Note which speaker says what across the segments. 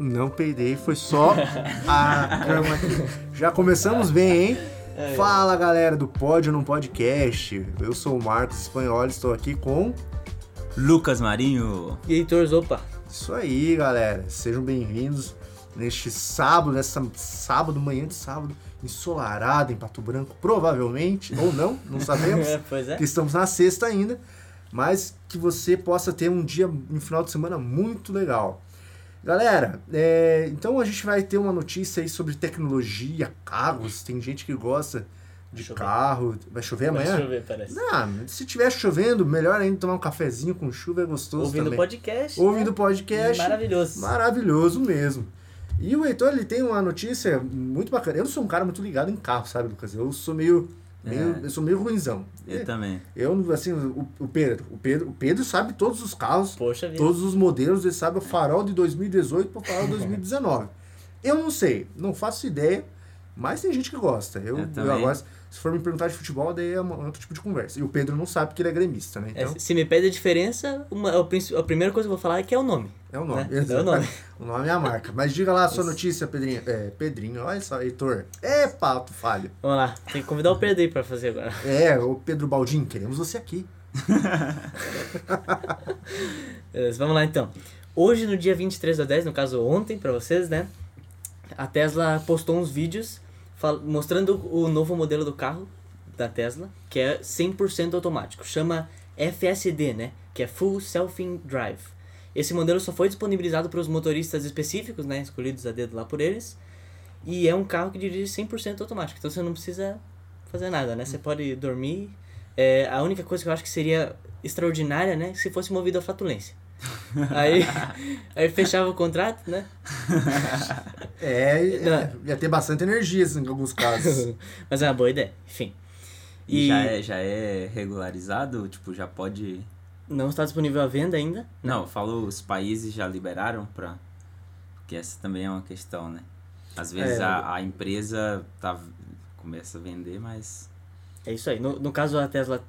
Speaker 1: Não peidei, foi só a cama. Já começamos bem, hein? Fala galera do Pódio num Podcast. Eu sou o Marcos Espanhol, estou aqui com.
Speaker 2: Lucas Marinho.
Speaker 3: E Heitor Zopa.
Speaker 1: Isso aí, galera. Sejam bem-vindos neste sábado, nessa sábado, manhã de sábado, ensolarado em Pato Branco, provavelmente, ou não, não sabemos.
Speaker 3: É, pois é.
Speaker 1: que estamos na sexta ainda, mas que você possa ter um dia, um final de semana muito legal. Galera, é, então a gente vai ter uma notícia aí sobre tecnologia, carros, tem gente que gosta de
Speaker 3: Vai chover.
Speaker 1: carro. Vai chover
Speaker 3: Vai
Speaker 1: amanhã?
Speaker 3: chover, parece.
Speaker 1: é Não, se tiver chovendo, melhor ainda tomar um cafezinho com chuva, é gostoso
Speaker 3: Ouvindo
Speaker 1: também.
Speaker 3: podcast.
Speaker 1: Ouvindo
Speaker 3: né?
Speaker 1: podcast.
Speaker 3: Maravilhoso.
Speaker 1: Maravilhoso mesmo. E o Heitor, ele tem uma notícia muito bacana. Eu não sou um cara muito ligado em carro, sabe, Lucas? Eu sou meio. meio-
Speaker 2: É.
Speaker 1: Eu sou meio ruinzão.
Speaker 2: Eu também.
Speaker 1: Eu, assim, o, o Pedro, o Pedro, o Pedro sabe todos os carros,
Speaker 3: Poxa vida.
Speaker 1: todos os modelos, ele sabe o farol de 2018 pro farol de 2019. Eu não sei, não faço ideia, mas tem gente que gosta. Eu,
Speaker 2: Eu
Speaker 1: eu
Speaker 2: também.
Speaker 1: agora, se for me perguntar de futebol, daí é um outro tipo de conversa. E o Pedro não sabe que ele é gremista, né?
Speaker 3: É,
Speaker 1: Então,
Speaker 3: se- se me pede a diferença, uma- a princ- a primeira coisa que eu vou falar é que é o nome.
Speaker 1: é, o nome.
Speaker 3: né? É o nome.
Speaker 1: O nome é a marca. Mas diga lá a sua
Speaker 3: Isso.
Speaker 1: notícia, Pedrinho. É, Pedrinho, olha só, Heitor. É, pato falho.
Speaker 3: Vamos lá, tem que convidar o Pedro aí pra fazer agora.
Speaker 1: É, o Pedro Baldin, queremos você aqui.
Speaker 3: Beleza, vamos lá então. Hoje, no dia 23 da 10, no caso ontem pra vocês, né? A Tesla postou uns vídeos fal- mostrando o novo modelo do carro da Tesla, que é 100% automático. Chama FSD, né? Que é Full Self Drive. Esse modelo só foi disponibilizado para os motoristas específicos, né? Escolhidos a dedo lá por eles. E é um carro que dirige 100% automático. Então você não precisa fazer nada, né? Você pode dormir. É, a única coisa que eu acho que seria extraordinária, né? Se fosse movido à flatulência. Aí, aí fechava o contrato, né?
Speaker 1: É, é, ia ter bastante energia assim, em alguns casos.
Speaker 3: Mas é uma boa ideia, enfim.
Speaker 2: E
Speaker 3: E
Speaker 2: já é, já é regularizado? Tipo, já pode.
Speaker 3: não está disponível à venda ainda.
Speaker 2: Não, eu falo, os países já liberaram pra. Porque essa também é uma questão, né? Às vezes
Speaker 1: É.
Speaker 2: a, a empresa tá, começa a vender, mas.
Speaker 3: É isso aí. No, no caso, a Tesla,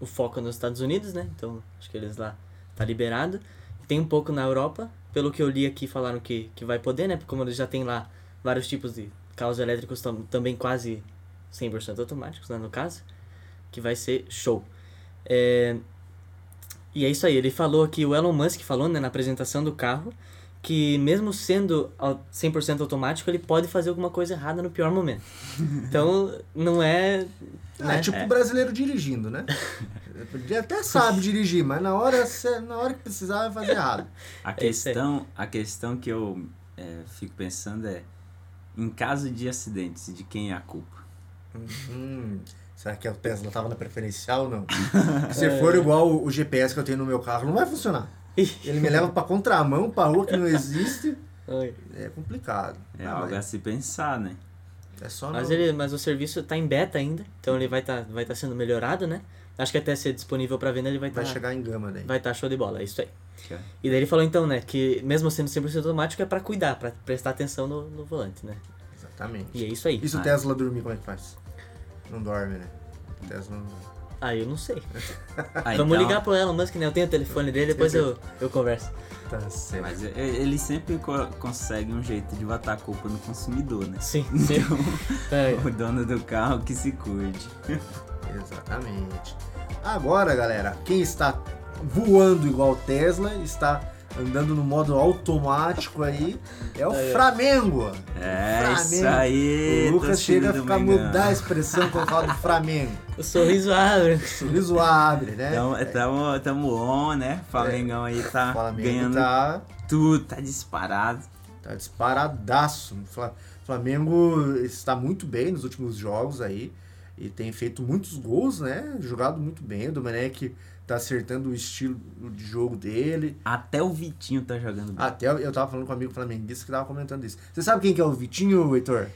Speaker 3: o foco é nos Estados Unidos, né? Então, acho que eles lá tá liberado. Tem um pouco na Europa. Pelo que eu li aqui, falaram que, que vai poder, né? Porque como eles já tem lá vários tipos de carros elétricos tam, também quase 100% automáticos, né? No caso, que vai ser show. É, E é isso aí. Ele falou aqui, o Elon Musk falou, né? Na apresentação do carro, que mesmo sendo au- 100% automático, ele pode fazer alguma coisa errada no pior momento. Então, não é
Speaker 1: Ah, é tipo o brasileiro dirigindo, né? Ele até sabe dirigir, mas na hora, cê- na hora que precisar vai fazer errado.
Speaker 2: A
Speaker 3: É isso aí.
Speaker 2: questão, a questão que eu é, fico pensando é: em caso de acidentes, de quem é a culpa?
Speaker 1: Hum, será que a Tesla tava na preferencial ou não? Se for igual o o GPS que eu tenho no meu carro, não vai funcionar. Ele me leva pra contramão, pra rua que não existe.
Speaker 3: Ai.
Speaker 1: É complicado.
Speaker 2: É
Speaker 1: Ah,
Speaker 2: algo
Speaker 1: mas
Speaker 2: a se pensar, né?
Speaker 1: é só
Speaker 3: Mas,
Speaker 1: não-
Speaker 3: ele, mas o serviço tá em beta ainda, então ele vai estar vai tá sendo melhorado, né? Acho que até ser disponível pra venda ele vai estar
Speaker 1: vai chegar em gama daí.
Speaker 3: vai tá show de bola, é isso aí.
Speaker 2: Que é-
Speaker 3: E daí ele falou então, né, que mesmo sendo 100% automático é pra cuidar, pra prestar atenção no, no volante, né?
Speaker 1: Exatamente.
Speaker 3: E é isso aí.
Speaker 1: E se o
Speaker 2: Ah.
Speaker 1: Tesla dormir, como é que faz? Não dorme, né? O Tesla não dorme.
Speaker 3: Ah, eu não sei.
Speaker 2: Ah, então-
Speaker 3: Vamos ligar pro Elon Musk, né? Eu tenho o telefone dele, depois eu, eu converso.
Speaker 1: Tá certo.
Speaker 2: É, Mas e- ele sempre co- consegue um jeito de botar a culpa no consumidor, né? É
Speaker 3: Sim, sim. É, Ai,
Speaker 2: O dono do carro que se cuide.
Speaker 1: Exatamente. Agora, galera, quem está voando igual o Tesla, está andando no modo automático aí, é o
Speaker 3: É.
Speaker 1: Flamengo.
Speaker 2: É
Speaker 1: Flamengo.
Speaker 2: isso aí.
Speaker 1: Ah, o Lucas
Speaker 2: torcida
Speaker 1: chega a
Speaker 2: do
Speaker 1: ficar
Speaker 2: Mengão.
Speaker 1: mudar a expressão quando fala do Flamengo.
Speaker 3: o sorriso abre.
Speaker 1: Sorriso abre, né?
Speaker 2: Então, é, tamo, tamo on, né? Flamengo aí tá
Speaker 1: o Flamengo
Speaker 2: ganhando
Speaker 1: tá,
Speaker 2: tudo, tá disparado.
Speaker 1: tá disparadaço. O Fla- Flamengo está muito bem nos últimos jogos aí. E tem feito muitos gols, né? Jogado muito bem. O Domenech tá acertando o estilo de jogo dele.
Speaker 2: Até o Vitinho tá jogando bem.
Speaker 1: Até eu- eu tava falando com um amigo flamenguista que tava comentando isso. Você sabe quem que é o Vitinho, Heitor?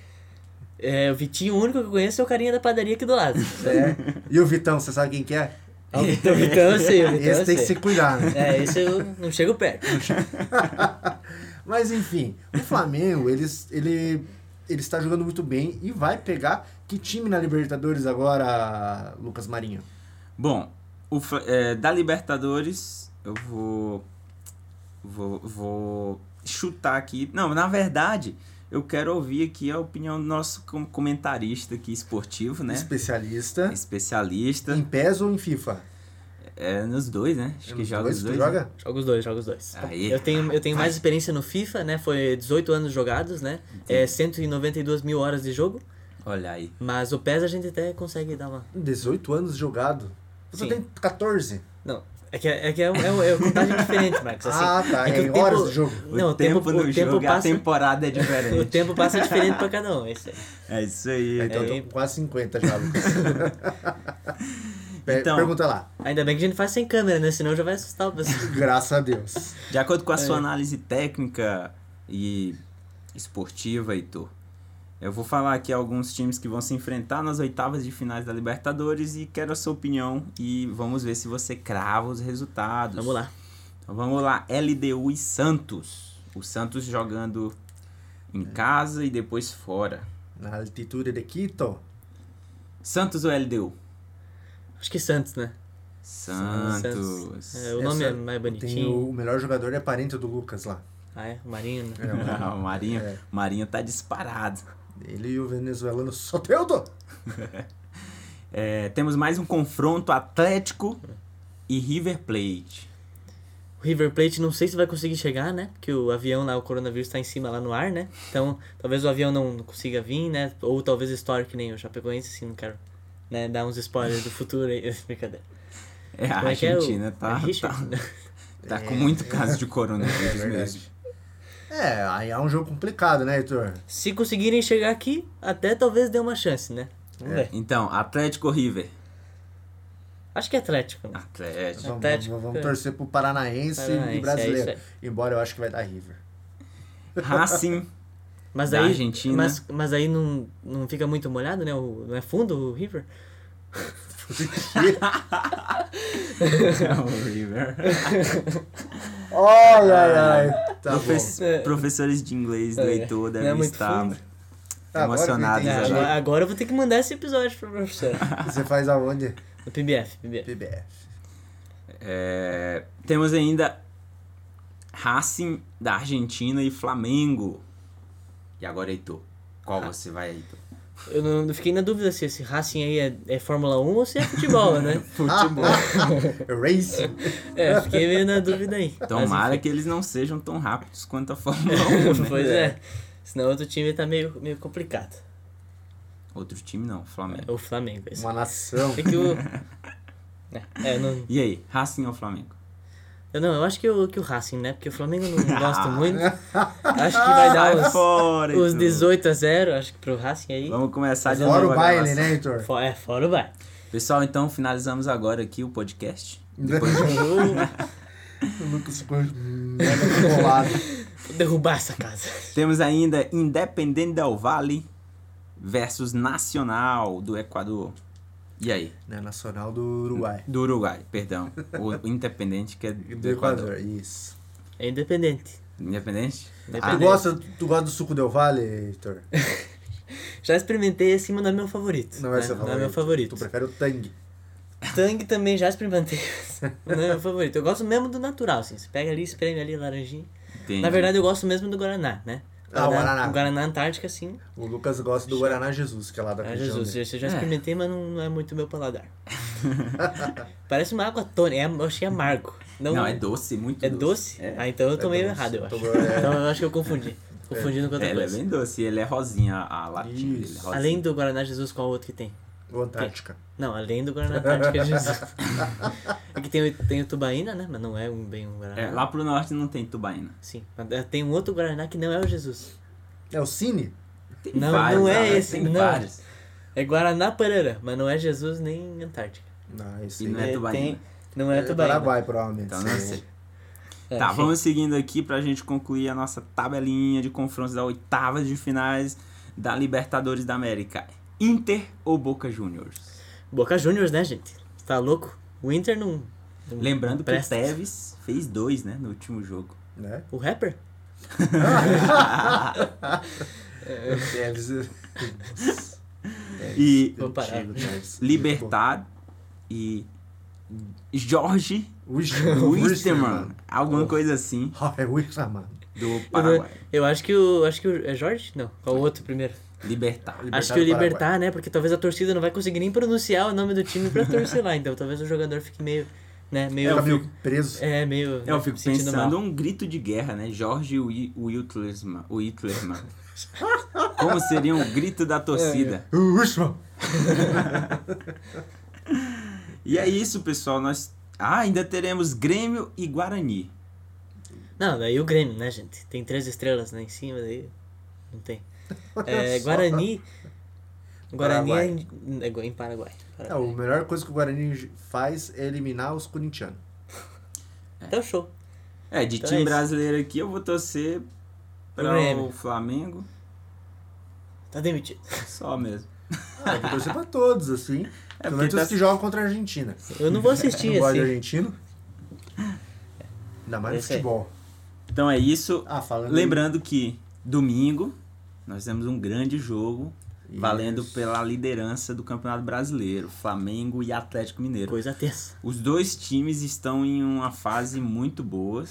Speaker 3: É, o Vitinho, o único que eu conheço é o carinha da padaria aqui do lado.
Speaker 1: É. E o Vitão, você sabe quem que é?
Speaker 3: Ah, O Vitão, o Vitão eu sei, o Vitão
Speaker 1: Esse
Speaker 3: eu
Speaker 1: tem que se
Speaker 3: sei.
Speaker 1: cuidar, né?
Speaker 3: É, esse eu não chego perto.
Speaker 1: Mas enfim, o Flamengo, eles, ele, ele está jogando muito bem e vai pegar que time na Libertadores agora, Lucas Marinho?
Speaker 2: Bom, o Fla- é, da Libertadores, eu vou. Vou, vou chutar aqui. Não, na verdade, eu quero ouvir aqui a opinião do nosso com- comentarista aqui esportivo, né?
Speaker 3: É?
Speaker 1: Especialista.
Speaker 2: Especialista.
Speaker 1: Em PES ou em FIFA?
Speaker 2: É, nos dois, né? Acho que
Speaker 1: Nos
Speaker 2: joga
Speaker 1: dois,
Speaker 2: os
Speaker 1: tu
Speaker 2: dois. né?
Speaker 1: Joga?
Speaker 3: Joga os dois, joga os dois.
Speaker 2: Aí.
Speaker 3: Eu tenho, eu tenho mais experiência no FIFA, né? Foi 18 anos jogados, né? É 192 mil horas de jogo.
Speaker 2: Olha aí.
Speaker 3: Mas o PES a gente até consegue dar uma.
Speaker 1: 18 anos jogado. Você
Speaker 3: Sim.
Speaker 1: tem 14.
Speaker 3: Não, é que é, é, que é, um- é, um- é uma contagem diferente, Marcos. Assim,
Speaker 1: ah, tá.
Speaker 3: é que
Speaker 1: É,
Speaker 3: o tempo-
Speaker 1: horas de jogo.
Speaker 2: O
Speaker 3: Não, o
Speaker 2: tempo,
Speaker 3: tempo-
Speaker 2: do
Speaker 3: o tempo
Speaker 2: jogo, a
Speaker 3: passa-
Speaker 2: temporada é
Speaker 3: o
Speaker 2: diferente.
Speaker 3: tempo passa diferente pra cada um. é isso aí.
Speaker 2: É isso aí.
Speaker 1: Então
Speaker 3: é-
Speaker 1: eu tô com quase 50 já, Lucas. Per-
Speaker 2: Então-
Speaker 1: Pergunta lá.
Speaker 3: Ainda bem que a gente faz sem câmera, né? Senão já vai assustar o pessoal.
Speaker 1: Graças a Deus.
Speaker 2: De acordo com a
Speaker 3: É.
Speaker 2: sua análise técnica e esportiva, Heitor, eu vou falar aqui alguns times que vão se enfrentar nas oitavas de finais da Libertadores e quero a sua opinião e vamos ver se você crava os resultados.
Speaker 3: Vamos lá.
Speaker 2: Então vamos lá, LDU e Santos. O Santos jogando
Speaker 3: É.
Speaker 2: em casa e depois fora.
Speaker 1: Na altitude de Quito.
Speaker 2: Santos ou LDU?
Speaker 3: Acho que Santos, né?
Speaker 2: Santos.
Speaker 3: É, o nome é mais
Speaker 1: Tem
Speaker 3: bonitinho.
Speaker 1: o, o melhor jogador é parente do Lucas lá.
Speaker 3: Ah, é? O Marinho, né?
Speaker 2: o Marinho,
Speaker 1: É.
Speaker 2: Marinho tá disparado.
Speaker 1: Ele e o venezuelano Soteldo.
Speaker 2: É, temos mais um confronto Atlético e River Plate.
Speaker 3: O River Plate não sei se vai conseguir chegar, né? Porque o avião lá, o coronavírus tá em cima lá no ar, né? Então, talvez o avião não consiga vir, né? Ou talvez estoure que nem o Chapecoense, assim, não quero né, dar uns spoilers do futuro aí. Brincadeira.
Speaker 2: É, a
Speaker 3: Como é que é o-
Speaker 2: Argentina tá,
Speaker 3: é Richard? É.
Speaker 2: tá, tá com muito caso de coronavírus
Speaker 1: É verdade.
Speaker 2: mesmo.
Speaker 1: É, aí é um jogo complicado, né, Heitor?
Speaker 3: Se conseguirem chegar aqui, até talvez dê uma chance, né? Vamos ver.
Speaker 2: Então, Atlético ou River?
Speaker 3: Acho que é Atlético, né?
Speaker 2: Atlético.
Speaker 1: Vamos, vamos,
Speaker 3: Atlético.
Speaker 1: vamos torcer pro Paranaense,
Speaker 3: é. Paranaense,
Speaker 1: e brasileiro.
Speaker 3: é isso
Speaker 1: Embora eu acho que vai dar River.
Speaker 3: É.
Speaker 2: Racing.
Speaker 3: Mas
Speaker 2: Da
Speaker 3: aí,
Speaker 2: Argentina.
Speaker 3: Mas, mas aí não, não fica muito molhado, né? O, não é fundo o River? É
Speaker 2: o River.
Speaker 1: Ai, ai, ai. Ah, Tá
Speaker 2: Profe-
Speaker 1: bom.
Speaker 3: É.
Speaker 2: Professores de inglês do
Speaker 3: É,
Speaker 2: Heitor
Speaker 3: não é
Speaker 2: devem
Speaker 3: muito
Speaker 2: estar
Speaker 3: fundo.
Speaker 1: Tá, Agora que eu
Speaker 2: emocionados
Speaker 1: entendi.
Speaker 2: agora.
Speaker 3: Agora, Ah, agora eu vou ter que mandar esse episódio pro professor.
Speaker 1: Você faz aonde?
Speaker 3: No PBF, PBF.
Speaker 1: PBF.
Speaker 2: É, temos ainda Racing da Argentina e Flamengo. E agora, Heitor? Qual
Speaker 3: Ah.
Speaker 2: você vai, Heitor?
Speaker 3: Eu não, eu fiquei na dúvida se esse Racing aí é, é Fórmula 1 ou se é futebol, né?
Speaker 1: Futebol. Racing.
Speaker 3: É, eu fiquei meio na dúvida aí.
Speaker 2: Tomara que eles não sejam tão rápidos quanto a Fórmula
Speaker 3: Mas,
Speaker 2: 1.
Speaker 3: enfim.
Speaker 2: né?
Speaker 3: pois é. Senão outro time tá meio, meio complicado.
Speaker 2: Outro time não, Flamengo.
Speaker 3: É O Flamengo. Esse.
Speaker 1: Uma nação.
Speaker 3: É que o... É, eu não,
Speaker 2: E aí, Racing ou Flamengo?
Speaker 3: eu não, eu acho que o, que o Racing, né? Porque o Flamengo não gosta muito.
Speaker 1: Ah.
Speaker 3: Acho que vai dar
Speaker 2: Sai
Speaker 3: os,
Speaker 2: fora,
Speaker 1: então.
Speaker 3: os
Speaker 2: Heitor.
Speaker 3: 18 a 0, acho que pro Racing aí.
Speaker 2: Vamos começar de
Speaker 1: Fora
Speaker 2: novo
Speaker 1: o
Speaker 2: a
Speaker 1: baile,
Speaker 2: gravação.
Speaker 1: né, Heitor?
Speaker 3: Fo- é, fora o vai.
Speaker 2: Pessoal, então finalizamos agora aqui o podcast.
Speaker 1: O Lucas ficou mega bolado.
Speaker 3: Vou derrubar essa casa.
Speaker 2: Temos ainda Independente Del Valle versus Nacional do Equador. E aí?
Speaker 1: Na Nacional do Uruguai.
Speaker 2: Do Uruguai, perdão. O Independente que é
Speaker 1: E
Speaker 2: do,
Speaker 1: do
Speaker 2: Equador.
Speaker 1: Equador, isso.
Speaker 3: É independente.
Speaker 2: Independente?
Speaker 1: Ah, Tu
Speaker 3: Independente.
Speaker 1: gosta, tu gosta do suco Del Vale, Heitor?
Speaker 3: Já experimentei esse, mas não é meu favorito.
Speaker 1: Não
Speaker 3: né?
Speaker 1: é seu favorito.
Speaker 3: Não é meu favorito.
Speaker 1: Tu prefere o Tang.
Speaker 3: Tang também já experimentei. mas Não é meu favorito. Eu gosto mesmo do natural, assim. Você pega ali, espreme ali, laranjinha.
Speaker 2: Entendi.
Speaker 3: Na verdade, eu gosto mesmo do Guaraná, né?
Speaker 1: Ah, o Guaraná.
Speaker 3: O Guaraná Antártica, sim.
Speaker 1: O Lucas gosta do Guaraná Jesus, que é lá da
Speaker 3: Ah,
Speaker 1: região
Speaker 3: Jesus,
Speaker 1: dele.
Speaker 3: esse eu já
Speaker 2: É.
Speaker 3: experimentei, mas não, não é muito meu paladar. Parece uma água tônica. é- Eu achei amargo. Não,
Speaker 2: Não, é doce, muito
Speaker 3: É
Speaker 2: doce.
Speaker 3: doce?
Speaker 2: É,
Speaker 3: Ah, então eu tô
Speaker 1: É
Speaker 3: meio
Speaker 1: doce.
Speaker 3: errado, eu acho.
Speaker 1: Tô- é.
Speaker 3: Então eu acho que eu confundi. Confundindo com outra
Speaker 2: É, ele é
Speaker 3: coisa.
Speaker 2: bem doce. Ele é rosinha a latinha dele. é
Speaker 1: Isso.
Speaker 2: rosinha.
Speaker 3: Além do Guaraná Jesus, qual outro que tem?
Speaker 1: O Antártica.
Speaker 3: Não, além do Guaraná Antártica Jesus. é que tem, o- tem o Tubaína, né? Mas não é um, bem um Guaraná.
Speaker 2: É, lá pro norte não tem tubaína.
Speaker 3: Sim. Mas Tem um outro Guaraná que não é o Jesus.
Speaker 1: É o Cine?
Speaker 2: Tem
Speaker 3: Não, não é
Speaker 2: cara,
Speaker 3: esse,
Speaker 2: tem
Speaker 3: não.
Speaker 2: vários.
Speaker 3: É Guaraná Parará, mas não é Jesus nem Antártica.
Speaker 1: Não, esse
Speaker 2: E não é
Speaker 1: aí.
Speaker 2: tubaína.
Speaker 3: Não é, Tubaína.
Speaker 1: Paraguai, provavelmente.
Speaker 2: Então não sei.
Speaker 3: É,
Speaker 2: Tá,
Speaker 3: enfim.
Speaker 2: vamos seguindo aqui pra gente concluir a nossa tabelinha de confrontos da oitava de finais da Libertadores da América. Inter ou Boca Juniors?
Speaker 3: Boca Juniors, né, gente? Tá louco? O Inter não... não
Speaker 2: Lembrando que
Speaker 3: Hum, presta.
Speaker 2: o Tevez fez dois, né, no último jogo.
Speaker 1: Né?
Speaker 3: O rapper?
Speaker 1: Deves-
Speaker 3: É
Speaker 2: E
Speaker 3: Vou parar.
Speaker 1: Antigo, Deves.
Speaker 2: Libertad e Jorge
Speaker 1: Wisterman.
Speaker 2: Wisterman, alguma coisa assim.
Speaker 1: Ah, é Wisterman.
Speaker 2: do Paraguai.
Speaker 3: Eu acho que o. Acho que o. É Jorge? Não. Qual o outro primeiro?
Speaker 2: Libertar.
Speaker 3: acho que o
Speaker 1: do Paraguai.
Speaker 3: Libertar, né? Porque talvez a torcida não vai conseguir nem pronunciar o nome do time pra torcer lá. Então talvez o jogador fique meio. Né? Meio.
Speaker 2: É
Speaker 1: Fica meio preso.
Speaker 3: É, meio.
Speaker 2: Eu
Speaker 3: né,
Speaker 2: fico
Speaker 3: sentindo
Speaker 2: pensando
Speaker 3: mal.
Speaker 2: um grito de guerra, né? Jorge Wi- Wiltlersma- Whitlersman. Como seria um grito da torcida?
Speaker 1: Uh, Usman!
Speaker 2: E é isso, pessoal. Nós ah, ainda teremos Grêmio e Guarani.
Speaker 3: Não, daí o Grêmio, né, gente? Tem três estrelas né, em cima, daí. Não tem. É,
Speaker 1: Olha só.
Speaker 3: Guarani. Guarani é
Speaker 1: Paraguai.
Speaker 3: em, é em Paraguai.
Speaker 1: É,
Speaker 2: né?
Speaker 1: a melhor coisa que o Guarani faz é eliminar os corintianos.
Speaker 3: Então show.
Speaker 2: É, de
Speaker 3: Então é
Speaker 2: time
Speaker 3: isso.
Speaker 2: brasileiro aqui eu vou torcer para
Speaker 3: Grêmio.
Speaker 2: o Flamengo.
Speaker 3: Tá demitido.
Speaker 2: Só mesmo.
Speaker 1: Ah, eu vou torcer pra todos, assim.
Speaker 2: É
Speaker 1: Pelo menos
Speaker 2: porque tá-
Speaker 1: os que jogam contra a Argentina.
Speaker 3: Eu não vou assistir
Speaker 1: Não gosta de
Speaker 3: assim.
Speaker 1: argentino? Ainda mais no
Speaker 2: é-
Speaker 3: Esse aí.
Speaker 1: futebol.
Speaker 2: Então é isso.
Speaker 1: Ah, falando.
Speaker 2: Lembrando que domingo nós temos um grande jogo
Speaker 1: Isso.
Speaker 2: valendo pela liderança do Campeonato Brasileiro, Flamengo e Atlético Mineiro.
Speaker 3: Coisa tensa.
Speaker 2: Os dois times estão em uma fase muito boa.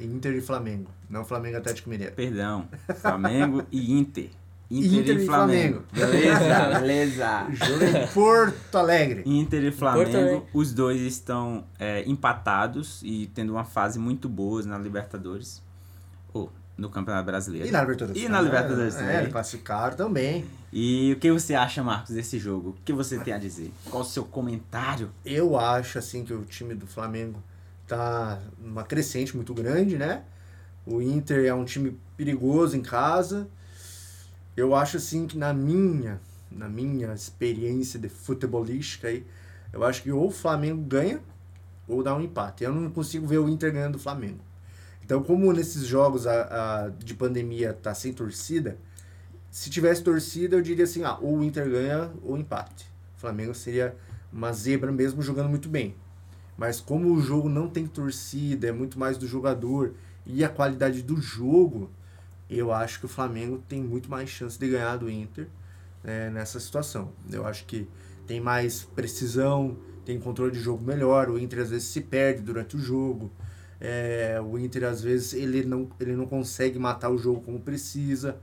Speaker 1: Inter e Flamengo. Não Flamengo e Atlético Mineiro.
Speaker 2: Perdão, Flamengo e Inter.
Speaker 1: Inter e
Speaker 2: Beleza, beleza.
Speaker 1: Jogo em Porto Alegre.
Speaker 2: Inter e Flamengo,
Speaker 3: Alegre.
Speaker 2: os dois estão é, empatados e tendo uma fase muito boa na Libertadores. Ou no Campeonato Brasileiro.
Speaker 1: E na Libertadores.
Speaker 2: E na Libertadores
Speaker 1: É,
Speaker 2: também.
Speaker 1: é, classificaram também.
Speaker 2: E o que você acha, Marcos, desse jogo? O que você tem a dizer? Qual o seu comentário?
Speaker 1: Eu acho, assim, que o time do Flamengo tá numa crescente muito grande, né? O Inter é um time perigoso em casa. Eu acho, assim, que na minha, na minha experiência de futebolística aí, eu acho que ou o Flamengo ganha ou dá um empate. Eu não consigo ver o Inter ganhando do Flamengo. Então, como nesses jogos a, a- de pandemia tá sem torcida, se tivesse torcida, eu diria assim, ah, ou o Inter ganha ou empate. O Flamengo seria uma zebra mesmo jogando muito bem. Mas como o jogo não tem torcida, é muito mais do jogador e a qualidade do jogo, eu acho que o Flamengo tem muito mais chance de ganhar do Inter né, nessa situação. Eu acho que tem mais precisão, tem controle de jogo melhor, o Inter às vezes se perde durante o jogo. é, o Inter às vezes ele não, ele não consegue matar o jogo como precisa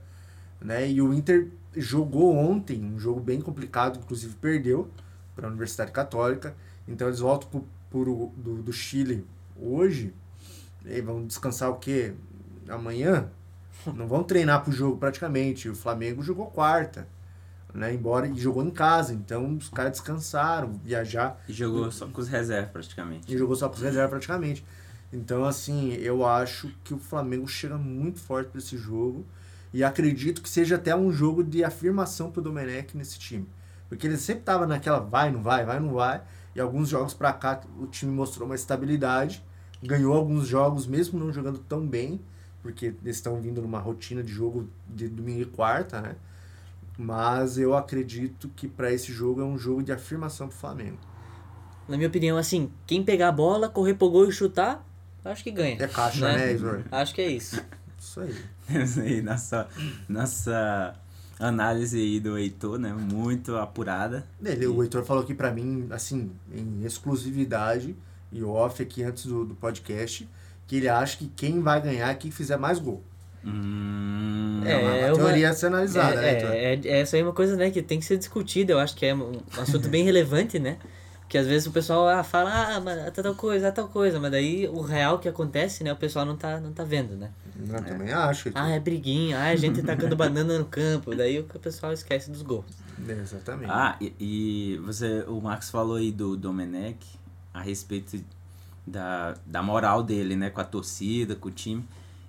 Speaker 1: né? E o Inter jogou ontem um jogo bem complicado, inclusive perdeu para a Universidade Católica. Então eles voltam pro, pro- do, do Chile hoje e vão descansar o quê? Amanhã? Não vão treinar pro jogo praticamente. O Flamengo jogou quarta, né? Embora e jogou em casa, então os caras descansaram, viajar
Speaker 2: E jogou só com os reservas, praticamente.
Speaker 1: e jogou só com os reservas praticamente. Então, assim, eu acho que o Flamengo chega muito forte para esse jogo. E acredito que seja até um jogo de afirmação pro Domenech nesse time. Porque ele sempre tava naquela vai, não vai, vai, não vai. E alguns jogos para cá o time mostrou uma estabilidade. Ganhou alguns jogos, mesmo não jogando tão bem. Porque eles estão vindo numa rotina de jogo de domingo e quarta, né? Mas eu acredito que para esse jogo é um jogo de afirmação pro Flamengo.
Speaker 3: Na minha opinião, assim, quem pegar a bola, correr pro gol e chutar, acho que ganha.
Speaker 1: É caixa,
Speaker 3: Né?
Speaker 1: né, Isor?
Speaker 3: Acho que é isso.
Speaker 1: Isso aí.
Speaker 2: Temos aí nossa, nossa análise aí do Heitor, né? Muito apurada.
Speaker 1: Ele, o Heitor falou aqui pra mim, assim, em exclusividade e off aqui antes do, do podcast, que ele acha que quem vai ganhar é quem fizer mais gol.
Speaker 2: Hum,
Speaker 1: É, uma,
Speaker 3: É,
Speaker 1: uma
Speaker 3: uma-
Speaker 1: teoria a ser analisada, né,
Speaker 3: é,
Speaker 1: Heitor?
Speaker 3: é, é, essa aí é uma coisa, né, que tem que ser discutida. Eu acho que é um assunto bem relevante, né? Porque às vezes o pessoal ah, fala, ah, mas tá tal coisa, tá tal coisa, mas daí o real que acontece, né, o pessoal não tá, não tá vendo, né?
Speaker 1: Eu também acho. Heitor.
Speaker 3: Ah, é briguinha, ah, é gente tacando banana no campo, daí o pessoal esquece dos gols.
Speaker 1: É, Exatamente.
Speaker 2: Ah, e, e você, o Marcos falou aí do Domenech a respeito da, da moral dele, né? Com a torcida, com o time.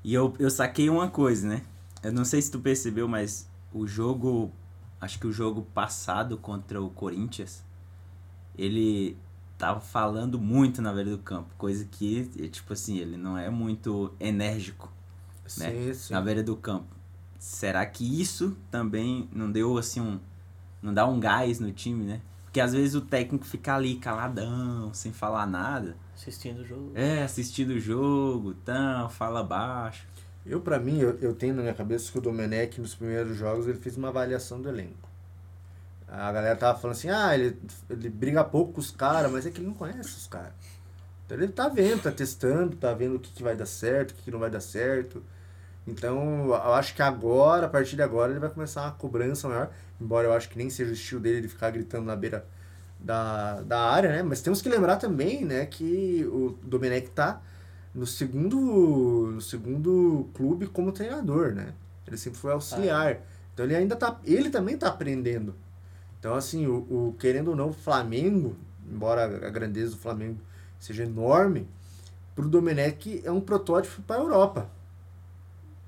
Speaker 2: E eu, eu saquei uma coisa, né? Eu não sei se tu percebeu, mas o jogo. Acho que o jogo passado contra o Corinthians, ele tava falando muito na beira do campo. Coisa que, é, tipo assim, ele não é muito enérgico né?
Speaker 1: sim, sim.
Speaker 2: na beira do campo. Será que isso também não deu assim um. Não dá um gás no time, né? Porque às vezes o técnico fica ali caladão, sem falar nada.
Speaker 3: Assistindo o jogo.
Speaker 2: É, assistindo o jogo, tão, fala baixo.
Speaker 1: Eu, pra mim, eu, eu tenho na minha cabeça que o Domenech, nos primeiros jogos, ele fez uma avaliação do elenco. A galera tava falando assim, ah, ele, ele briga pouco com os caras, mas é que ele não conhece os caras. Então ele tá vendo, tá testando, tá vendo o que, que vai dar certo, o que, que não vai dar certo. Então, eu acho que agora, a partir de agora, ele vai começar uma cobrança maior. Embora eu acho que nem seja o estilo dele de ficar gritando na beira da, da área, né? Mas temos que lembrar também, né, que o Domenech tá no segundo, no segundo clube como treinador, né? Ele sempre foi auxiliar. Então ele ainda tá. Ele também tá aprendendo. Então, assim, o, o querendo ou não, o Flamengo, embora a grandeza do Flamengo seja enorme, pro Domenech é um protótipo para a Europa.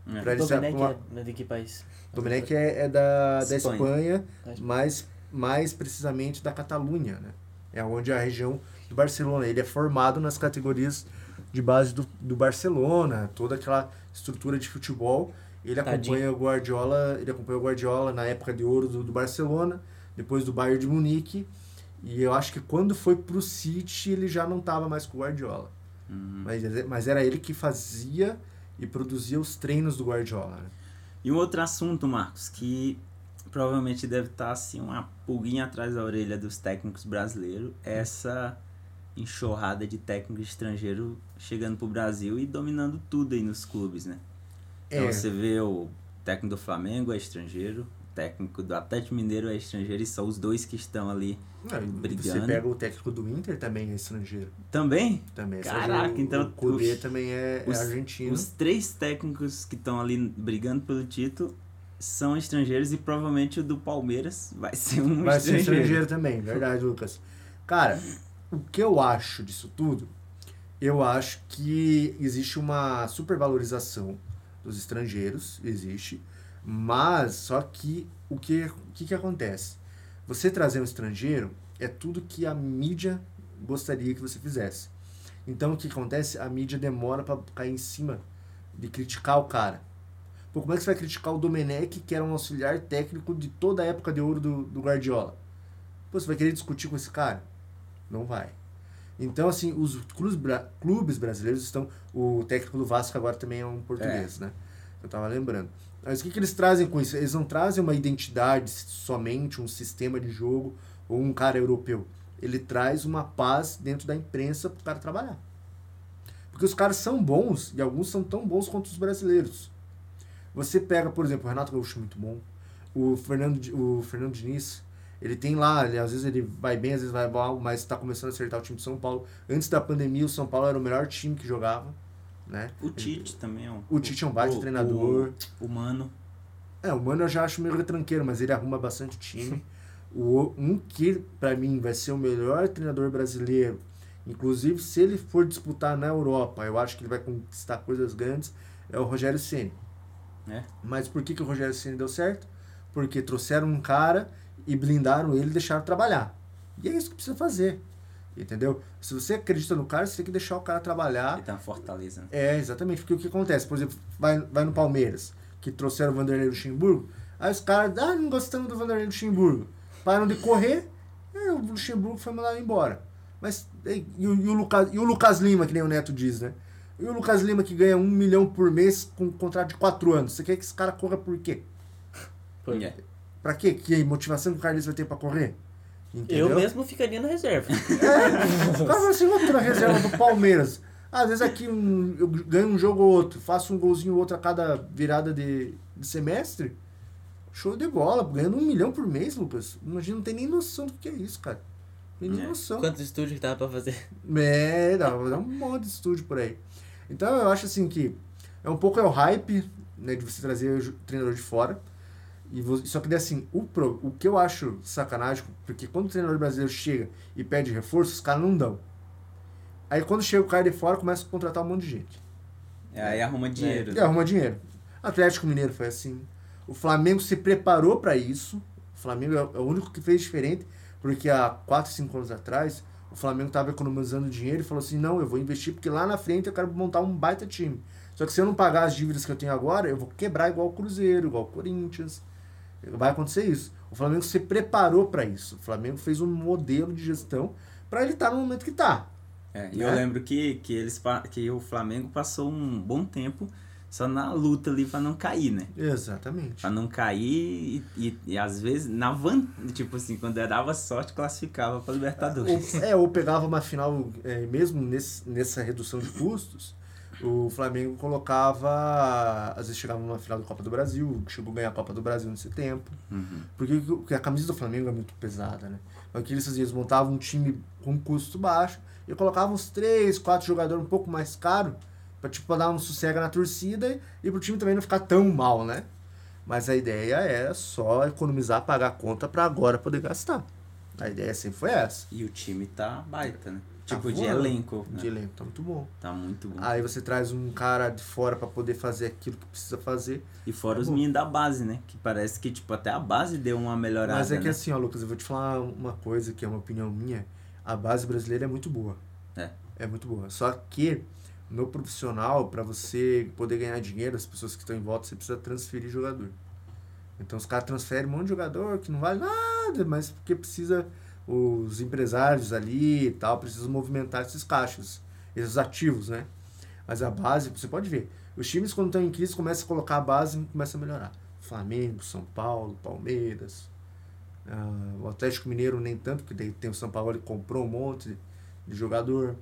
Speaker 2: É.
Speaker 1: Pra ele se
Speaker 4: Ah, Domenech
Speaker 1: acomodar-
Speaker 4: é de que país?
Speaker 1: Domenech é, é da, da
Speaker 2: Espanha.
Speaker 1: Espanha,
Speaker 4: Da Espanha.
Speaker 1: mais, mais precisamente da Catalunha, né? É onde é a região do Barcelona. Ele é formado nas categorias de base do, do Barcelona, toda aquela estrutura de futebol. Ele acompanha o Guardiola, ele acompanha o Guardiola na época de ouro do, do Barcelona, depois do Bayern de Munique. E eu acho que quando foi pro City, ele já não tava mais com o Guardiola. Mas, mas era ele que fazia e produzia os treinos do Guardiola, né?
Speaker 2: E um outro assunto, Marcos, que provavelmente deve estar assim uma pulguinha atrás da orelha dos técnicos brasileiros, é essa enxurrada de técnico estrangeiro chegando pro Brasil e dominando tudo aí nos clubes, né? Então
Speaker 1: É.
Speaker 2: você vê o técnico do Flamengo é estrangeiro, o técnico do Atlético Mineiro é estrangeiro e são os dois que estão ali
Speaker 1: Não, É, e
Speaker 2: brigando.
Speaker 1: Você pega o técnico do Inter também é estrangeiro.
Speaker 2: também.
Speaker 1: Também é
Speaker 2: Caraca,
Speaker 1: estrangeiro.
Speaker 2: então
Speaker 1: O Kudê
Speaker 2: os-
Speaker 1: também é, é
Speaker 2: os-
Speaker 1: argentino.
Speaker 2: Os três técnicos que estão ali brigando pelo título são estrangeiros e provavelmente o do Palmeiras vai ser um
Speaker 1: Vai ser
Speaker 2: estrangeiro.
Speaker 1: estrangeiro também, verdade, Lucas. Cara, o que eu acho disso tudo, eu acho que existe uma supervalorização dos estrangeiros, existe, mas só que o que, o que, que acontece? Você trazer um estrangeiro é tudo que a mídia gostaria que você fizesse. Então o que acontece? A mídia demora pra cair em cima de criticar o cara. Pô, como é que você vai criticar o Domenech, que era um auxiliar técnico de toda a época de ouro do, do Guardiola? Pô, você vai querer discutir com esse cara? Não vai. Então, assim, os clubes, bra- clubes brasileiros estão. O técnico do Vasco agora também é um português, né? Eu tava lembrando. Mas o que, que eles trazem com isso? Eles não trazem uma identidade somente, um sistema de jogo ou um cara europeu. Ele traz uma paz dentro da imprensa pro cara trabalhar. Porque os caras são bons e alguns são tão bons quanto os brasileiros. Você pega, por exemplo, o Renato Gaúcho é muito bom. O Fernando, Di- o Fernando Diniz, ele tem lá, ele, às vezes ele vai bem, às vezes vai mal, mas tá começando a acertar o time de São Paulo. Antes da pandemia, o São Paulo era o melhor time que jogava, né?
Speaker 2: O Tite também é um.
Speaker 1: O Tite é um baita
Speaker 2: o-
Speaker 1: treinador.
Speaker 2: O, o Mano.
Speaker 1: É, o Mano eu já acho meio retranqueiro, mas ele arruma bastante time. O, um que, pra mim, vai ser o melhor treinador brasileiro, inclusive se ele for disputar na Europa, eu acho que ele vai conquistar coisas grandes, é o Rogério Ceni.
Speaker 2: É.
Speaker 1: Mas por que, que o Rogério Ceni deu certo? Porque trouxeram um cara e blindaram ele e deixaram trabalhar. E é isso que precisa fazer. Entendeu? Se você acredita no cara, você tem que deixar o cara trabalhar.
Speaker 2: Ele tá na Fortaleza. né?
Speaker 1: É, exatamente. Porque o que acontece? Por exemplo, vai, vai no Palmeiras, que trouxeram o Vanderlei Luxemburgo. Aí os caras, ah, não gostamos do Vanderlei Luxemburgo. Param de correr, e o Luxemburgo foi mandado embora. Mas, e, e o, e o Lucas, e o Lucas Lima, que nem o Neto diz, né? E o Lucas Lima, que ganha um milhão por mês com um contrato de quatro anos. Você quer que esse cara corra por quê?
Speaker 3: Pô,
Speaker 2: É.
Speaker 1: Pra quê? Que motivação que o Carlinhos vai ter pra correr?
Speaker 4: Eu mesmo ficaria na reserva.
Speaker 1: É, o cara vai ser outro na reserva do Palmeiras. Às vezes aqui um, eu ganho um jogo ou outro, faço um golzinho ou outro a cada virada de, de semestre. Show de bola, ganhando um milhão por mês, Lucas. Imagina, não tem nem noção do que é isso, cara. Não tem nem
Speaker 2: É.
Speaker 1: noção.
Speaker 3: Quantos estúdios que tava pra fazer?
Speaker 1: É, dá, dá um monte de estúdio por aí. Então eu acho assim que é um pouco é o hype né, de você trazer o ju- treinador de fora. E vo- só que daí, assim, o, pro- o que eu acho sacanagem, porque quando o treinador brasileiro chega e pede reforço, os caras não dão. Aí quando chega o cara de fora, começa a contratar um monte de gente.
Speaker 2: É, Aí arruma dinheiro.
Speaker 1: E arruma dinheiro. Atlético Mineiro foi assim. O Flamengo se preparou pra isso. O Flamengo é o é o único que fez diferente, porque há 4, 5 anos atrás, o Flamengo tava economizando dinheiro e falou assim: não, eu vou investir porque lá na frente eu quero montar um baita time. Só que se eu não pagar as dívidas que eu tenho agora, eu vou quebrar igual o Cruzeiro, igual o Corinthians. Vai acontecer isso. O Flamengo se preparou pra isso. O Flamengo fez um modelo de gestão pra ele estar no momento que tá.
Speaker 2: É, e eu
Speaker 1: Né?
Speaker 2: lembro que, que, eles, pa- que o Flamengo passou um bom tempo só na luta ali pra não cair, né?
Speaker 1: Exatamente.
Speaker 2: Pra não cair e, e, e às vezes, na van... tipo assim, quando eu dava sorte, classificava pra Libertadores.
Speaker 1: Ou- é, ou pegava uma final, é, mesmo nesse- nessa redução de custos, o Flamengo colocava. Às vezes chegava numa final da Copa do Brasil, que chegou a ganhar a Copa do Brasil nesse tempo.
Speaker 2: Uhum.
Speaker 1: Porque o- porque a camisa do Flamengo é muito pesada, né? Mas o que eles faziam? Eles montavam um time com custo baixo e colocavam uns três, quatro jogadores um pouco mais caro pra, tipo, pra dar um sossego na torcida e pro time também não ficar tão mal, né? Mas a ideia era só economizar, pagar a conta pra agora poder gastar. A ideia sempre foi essa.
Speaker 2: E o time tá baita, né?
Speaker 1: Tá
Speaker 2: Tipo, de
Speaker 1: voando.
Speaker 2: elenco. né?
Speaker 1: De elenco, tá muito bom.
Speaker 2: Tá muito bom.
Speaker 1: Aí você traz um cara de fora pra poder fazer aquilo que precisa fazer.
Speaker 2: E fora
Speaker 1: Tá
Speaker 2: os
Speaker 1: bom.
Speaker 2: meninos da base, né? Que parece que, tipo, até a base deu uma melhorada.
Speaker 1: Mas é que
Speaker 2: né?
Speaker 1: assim, ó, Lucas, eu vou te falar uma coisa que é uma opinião minha. A base brasileira é muito boa.
Speaker 2: É.
Speaker 1: É muito boa. Só que no profissional, pra você poder ganhar dinheiro, as pessoas que estão em volta, você precisa transferir jogador. Então os caras transferem um monte de jogador que não vale nada, mas porque precisa os empresários ali e tal, precisam movimentar esses caixas, esses ativos, né? Mas a base, você pode ver, os times quando estão em crise começam a colocar a base e começam a melhorar. Flamengo, São Paulo, Palmeiras, ah, o Atlético Mineiro nem tanto, porque daí tem o São Paulo que comprou um monte de jogador.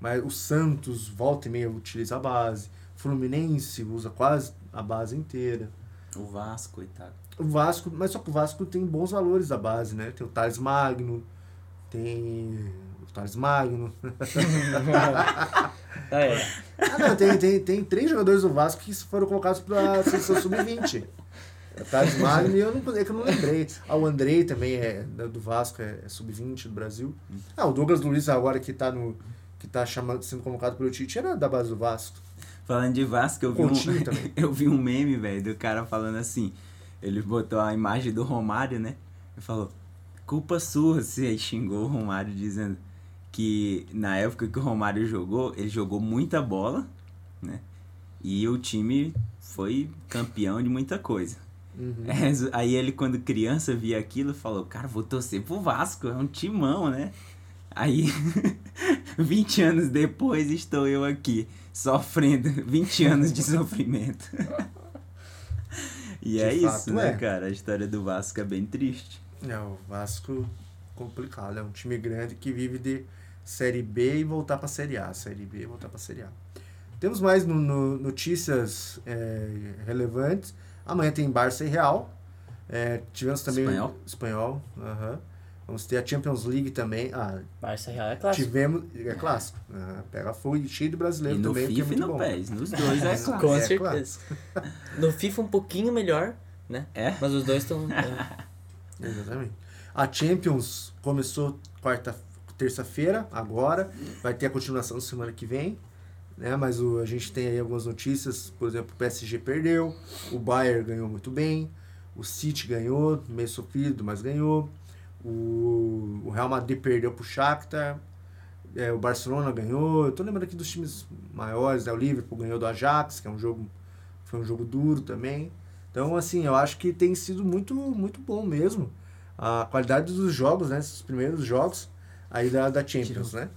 Speaker 1: Mas o Santos volta e meia utiliza a base. Fluminense usa quase a base inteira.
Speaker 2: O Vasco, coitado.
Speaker 1: O Vasco, mas só que o Vasco tem bons valores da base, né? Tem o Thales Magno, tem o Thales Magno.
Speaker 4: Ah, é.
Speaker 1: Ah, não, tem, tem, tem três jogadores do Vasco que foram colocados pra seleção sub-20. É O Thales Magno, e eu não, é que eu não lembrei. Ah, o Andrei também é da- do Vasco, é, é sub-20 do Brasil. Ah, o Douglas Luiz agora que tá no. que tá chamando, sendo convocado pelo Tite era da base do Vasco.
Speaker 2: Falando de Vasco, eu vi um,
Speaker 1: Coutinho também.
Speaker 2: eu vi um meme, velho, do cara falando assim. Ele botou a imagem do Romário, né? E falou, culpa sua, se aí xingou o Romário dizendo que na época que o Romário jogou, ele jogou muita bola, né? E o time foi campeão de muita coisa.
Speaker 1: Uhum.
Speaker 2: É, Aí ele, quando criança, via aquilo e falou: Cara, vou torcer pro Vasco, é um timão, né? Aí, 20 anos depois, estou eu aqui, sofrendo 20 anos de sofrimento. E
Speaker 1: De
Speaker 2: é
Speaker 1: fato,
Speaker 2: isso, né,
Speaker 1: é.
Speaker 2: cara? A história do Vasco é bem triste.
Speaker 1: É, o Vasco complicado. É um time grande que vive de Série B e voltar pra Série A. Série B e voltar pra Série A. Temos mais no, no- notícias é, relevantes. Amanhã tem Barça e Real. É, tivemos também.
Speaker 2: Espanhol.
Speaker 1: Espanhol. aham. Vamos ter a Champions League também. Ah,
Speaker 4: Barça Real é clássico.
Speaker 1: tivemos. É clássico. Ah, pega fogo e cheio de
Speaker 2: E
Speaker 1: brasileiro
Speaker 2: no
Speaker 1: também. porque
Speaker 2: FIFA e
Speaker 1: é muito
Speaker 2: no
Speaker 1: bom.
Speaker 2: PES, nos dois é
Speaker 3: Com
Speaker 2: claro.
Speaker 1: É,
Speaker 3: certeza. No FIFA um pouquinho melhor, né?
Speaker 2: É?
Speaker 3: Mas os dois é. estão.
Speaker 1: É. Exatamente. A Champions começou quarta, terça-feira, agora. Vai ter a continuação semana que vem. Né? Mas o- a gente tem aí algumas notícias. Por exemplo, o PSG perdeu, o Bayern ganhou muito bem, o City ganhou, meio sofrido, mas ganhou. O, o Real Madrid perdeu pro Shakhtar. é, o Barcelona ganhou. Eu tô lembrando aqui dos times maiores, né? O Liverpool ganhou do Ajax, que é um jogo. Foi um jogo duro também. Então, assim, eu acho que tem sido muito, muito bom mesmo a qualidade dos jogos, né? Esses primeiros jogos aí da, da Champions, né?